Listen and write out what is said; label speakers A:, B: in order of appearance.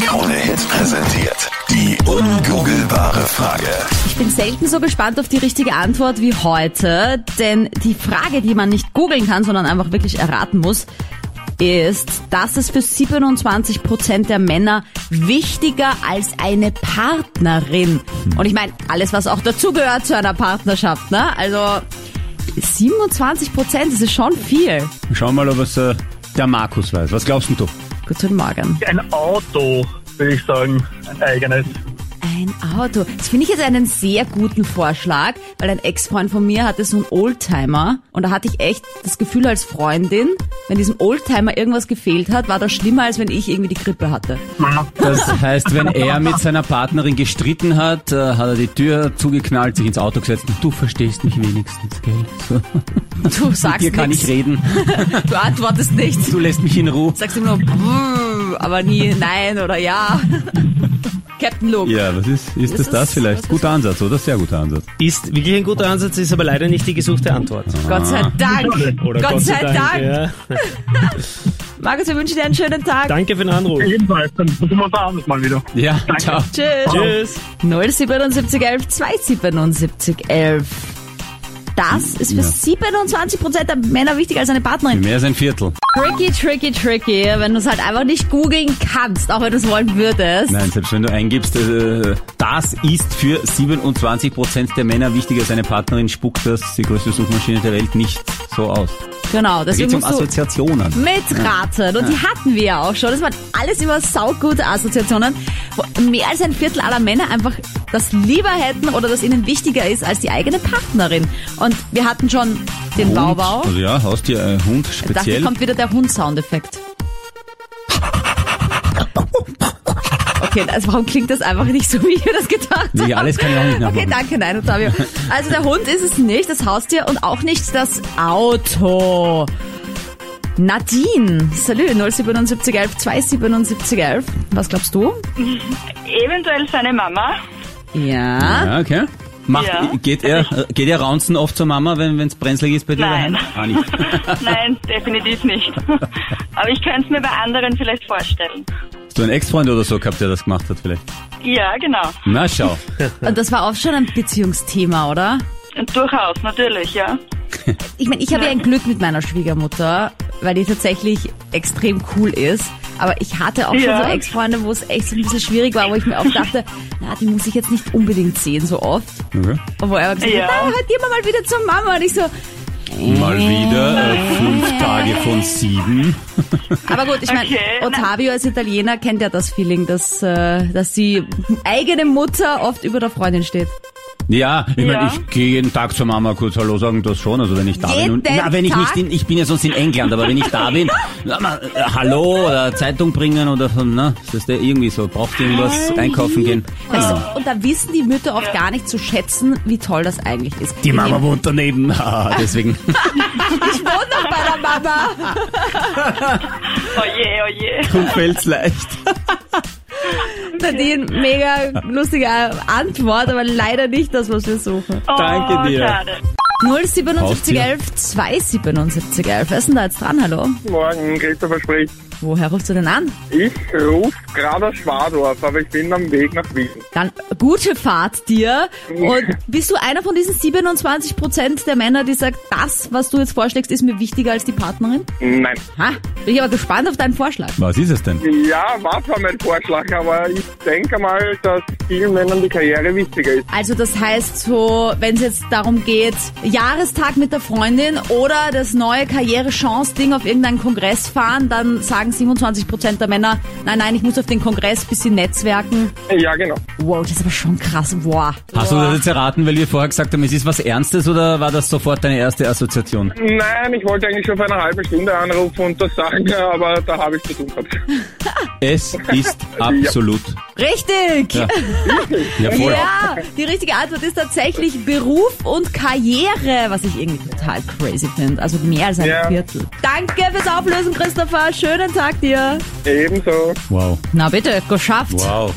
A: Krone Hits präsentiert. Die ungoogelbare Frage.
B: Ich bin selten so gespannt auf die richtige Antwort wie heute, denn die Frage, die man nicht googeln kann, sondern einfach wirklich erraten muss, ist, dass es für 27% der Männer wichtiger als eine Partnerin. Und ich meine, alles, was auch dazugehört zu einer Partnerschaft, ne? Also 27%, das ist schon viel.
C: Wir Schauen mal, ob es äh, der Markus weiß. Was glaubst denn du?
B: Guten Morgen.
D: Ein Auto, würde ich sagen. Ein eigenes.
B: Ein Auto. Das finde ich jetzt einen sehr guten Vorschlag, weil ein Ex-Freund von mir hatte so einen Oldtimer und da hatte ich echt das Gefühl als Freundin, wenn diesem Oldtimer irgendwas gefehlt hat, war das schlimmer, als wenn ich irgendwie die Grippe hatte.
C: Das heißt, wenn er mit seiner Partnerin gestritten hat, äh, hat er die Tür zugeknallt, sich ins Auto gesetzt und du verstehst mich wenigstens, gell? So.
B: Du sagst
C: Hier kann
B: nichts,
C: ich reden.
B: du antwortest nichts.
C: Du lässt mich in Ruhe.
B: Sagst immer nur, "Brrr", aber nie nein oder ja. Captain Luke.
C: Ja, was ist, ist
B: Das das das ist- vielleicht? das ist- Guter
C: Ansatz, oder? Sehr guter Ansatz.
E: Ist wirklich ein guter Ansatz, ist aber leider nicht die gesuchte Antwort.
B: Gott sei Dank.
E: Oder
B: Gott, sei Dank.
E: Ja.
B: Markus, wir wünschen dir einen schönen Tag.
E: Danke für den Anruf.
B: Genau.
D: Jedenfalls, dann tun wir uns ein anderes Mal wieder.
C: Ja, ciao.
B: Tschüss.
E: Tschüss.
B: 07711 27711. Das ist für
C: Ja.
B: 27% der Männer wichtiger als eine Partnerin.
C: Mehr als ein Viertel.
B: Tricky, tricky, tricky. Wenn du es halt einfach nicht googeln kannst, auch wenn du es wollen würdest.
C: Nein, selbst wenn du eingibst, äh, das ist für 27% der Männer wichtiger als eine Partnerin, spuckt das die größte Suchmaschine der Welt nicht so aus.
B: Genau,
C: Da geht
B: deswegen
C: es um
B: musst du
C: Assoziationen.
B: mitraten. Und die hatten wir ja auch schon. Das waren alles immer saugute Assoziationen, wo mehr als ein Viertel aller Männer einfach das lieber hätten oder das ihnen wichtiger ist als die eigene Partnerin. Und wir hatten schon den Baubau.
C: Also ja, Haustier, äh, Hund
B: Ich dachte, hier
C: speziell.
B: kommt wieder der Hund-Soundeffekt. Okay, also warum klingt das einfach nicht so, wie ich mir das gedacht habe?
C: Nee, alles kann ich auch nicht
B: Okay,
C: nachmachen.
B: danke, nein, Ottavio. Also der Hund ist es nicht, das Haustier und auch nicht das Auto. Nadine, salü, 07711 27711. Was glaubst du?
F: Eventuell seine Mama.
B: Ja.
C: Ja, okay. Macht,
F: Ja.
C: Geht er, äh, geht er raunzen oft zur Mama, wenn es brenzlig ist bei dir
F: Nein.
C: daheim? Ah, nicht.
F: Nein, definitiv nicht. Aber ich könnte es mir bei anderen vielleicht vorstellen.
C: Hast du einen Ex-Freund oder so gehabt, der das gemacht hat vielleicht?
F: Ja, genau.
C: Na schau.
B: Und das war auch schon ein Beziehungsthema, oder?
F: Und durchaus, natürlich, ja.
B: Ich meine, ich habe ja ein Glück mit meiner Schwiegermutter, weil die tatsächlich extrem cool ist. Aber ich hatte auch schon
F: Ja.
B: so Ex-Freunde, wo es echt so ein bisschen schwierig war, wo ich mir auch dachte, na, die muss ich jetzt nicht unbedingt sehen so oft.
C: Okay.
B: Und wo er gesagt
F: Ja.
B: hat, na, heute gehen wir mal wieder zur Mama. Und ich so,
C: Mal wieder äh, fünf Tage von sieben.
B: aber gut, ich meine,
F: Okay, na.
B: Ottavio als Italiener kennt ja das Feeling, dass, äh, dass die eigene Mutter oft über der Freundin steht.
C: Ja, ich meine,
F: Ja.
C: ich gehe jeden Tag zur Mama kurz Hallo sagen, das schon. Also wenn ich da bin. Und,
B: Jeden
C: na, wenn ich
B: Tag?
C: nicht in, ich bin ja sonst in England, aber wenn ich da bin, na, na, äh, Hallo oder Zeitung bringen oder so, na, das ist ja irgendwie so, braucht irgendwas, einkaufen gehen.
B: Weißt du, und da wissen die Mütter oft gar nicht zu schätzen, wie toll das eigentlich ist.
C: Die Mama wohnt daneben, Ah, deswegen.
B: Ich wohne noch bei der Mama.
F: Oh je, oh je.
C: Und fällt's leicht.
B: Nadine, mega lustige Antwort, aber leider nicht das, was wir suchen.
F: Oh,
C: Danke dir.
F: Schade.
B: 07711 27711. Wer ist denn da jetzt dran? Hallo?
G: Morgen, Christopher spricht.
B: Woher rufst du denn an?
G: Ich rufe gerade aus Schwadorf, aber ich bin am Weg nach Wien.
B: Dann gute Fahrt dir. Und bist du einer von diesen 27 Prozent der Männer, die sagt, das, was du jetzt vorschlägst, ist mir wichtiger als die Partnerin?
G: Nein.
B: Ha, bin ich aber gespannt auf deinen Vorschlag.
C: Was ist es denn?
G: Ja, war zwar mein Vorschlag, aber ich denke mal, dass vielen Männern die Karriere wichtiger ist.
B: Also das heißt so, wenn es jetzt darum geht, Jahrestag mit der Freundin oder das neue Karriere-Chance-Ding auf irgendeinen Kongress fahren, dann sagen 27% der Männer, nein, nein, ich muss auf den Kongress, bisschen netzwerken.
G: Ja, genau.
B: Wow, das ist aber schon krass. Wow.
C: Hast du das jetzt erraten, weil wir vorher gesagt haben, es ist was Ernstes oder war das sofort deine erste Assoziation?
G: Nein, ich wollte eigentlich schon vor einer halben Stunde anrufen und das sagen, aber da habe ich zu tun gehabt.
C: Es ist absolut.
B: Richtig!
C: Ja, ja voll.
B: Ja, die richtige Antwort ist tatsächlich Beruf und Karriere, was ich irgendwie total crazy finde. Also mehr als ein
G: Ja.
B: Viertel. Danke fürs Auflösen, Christopher. Schönen Tag dir.
G: Ebenso.
C: Wow.
B: Na bitte, geschafft.
C: Wow.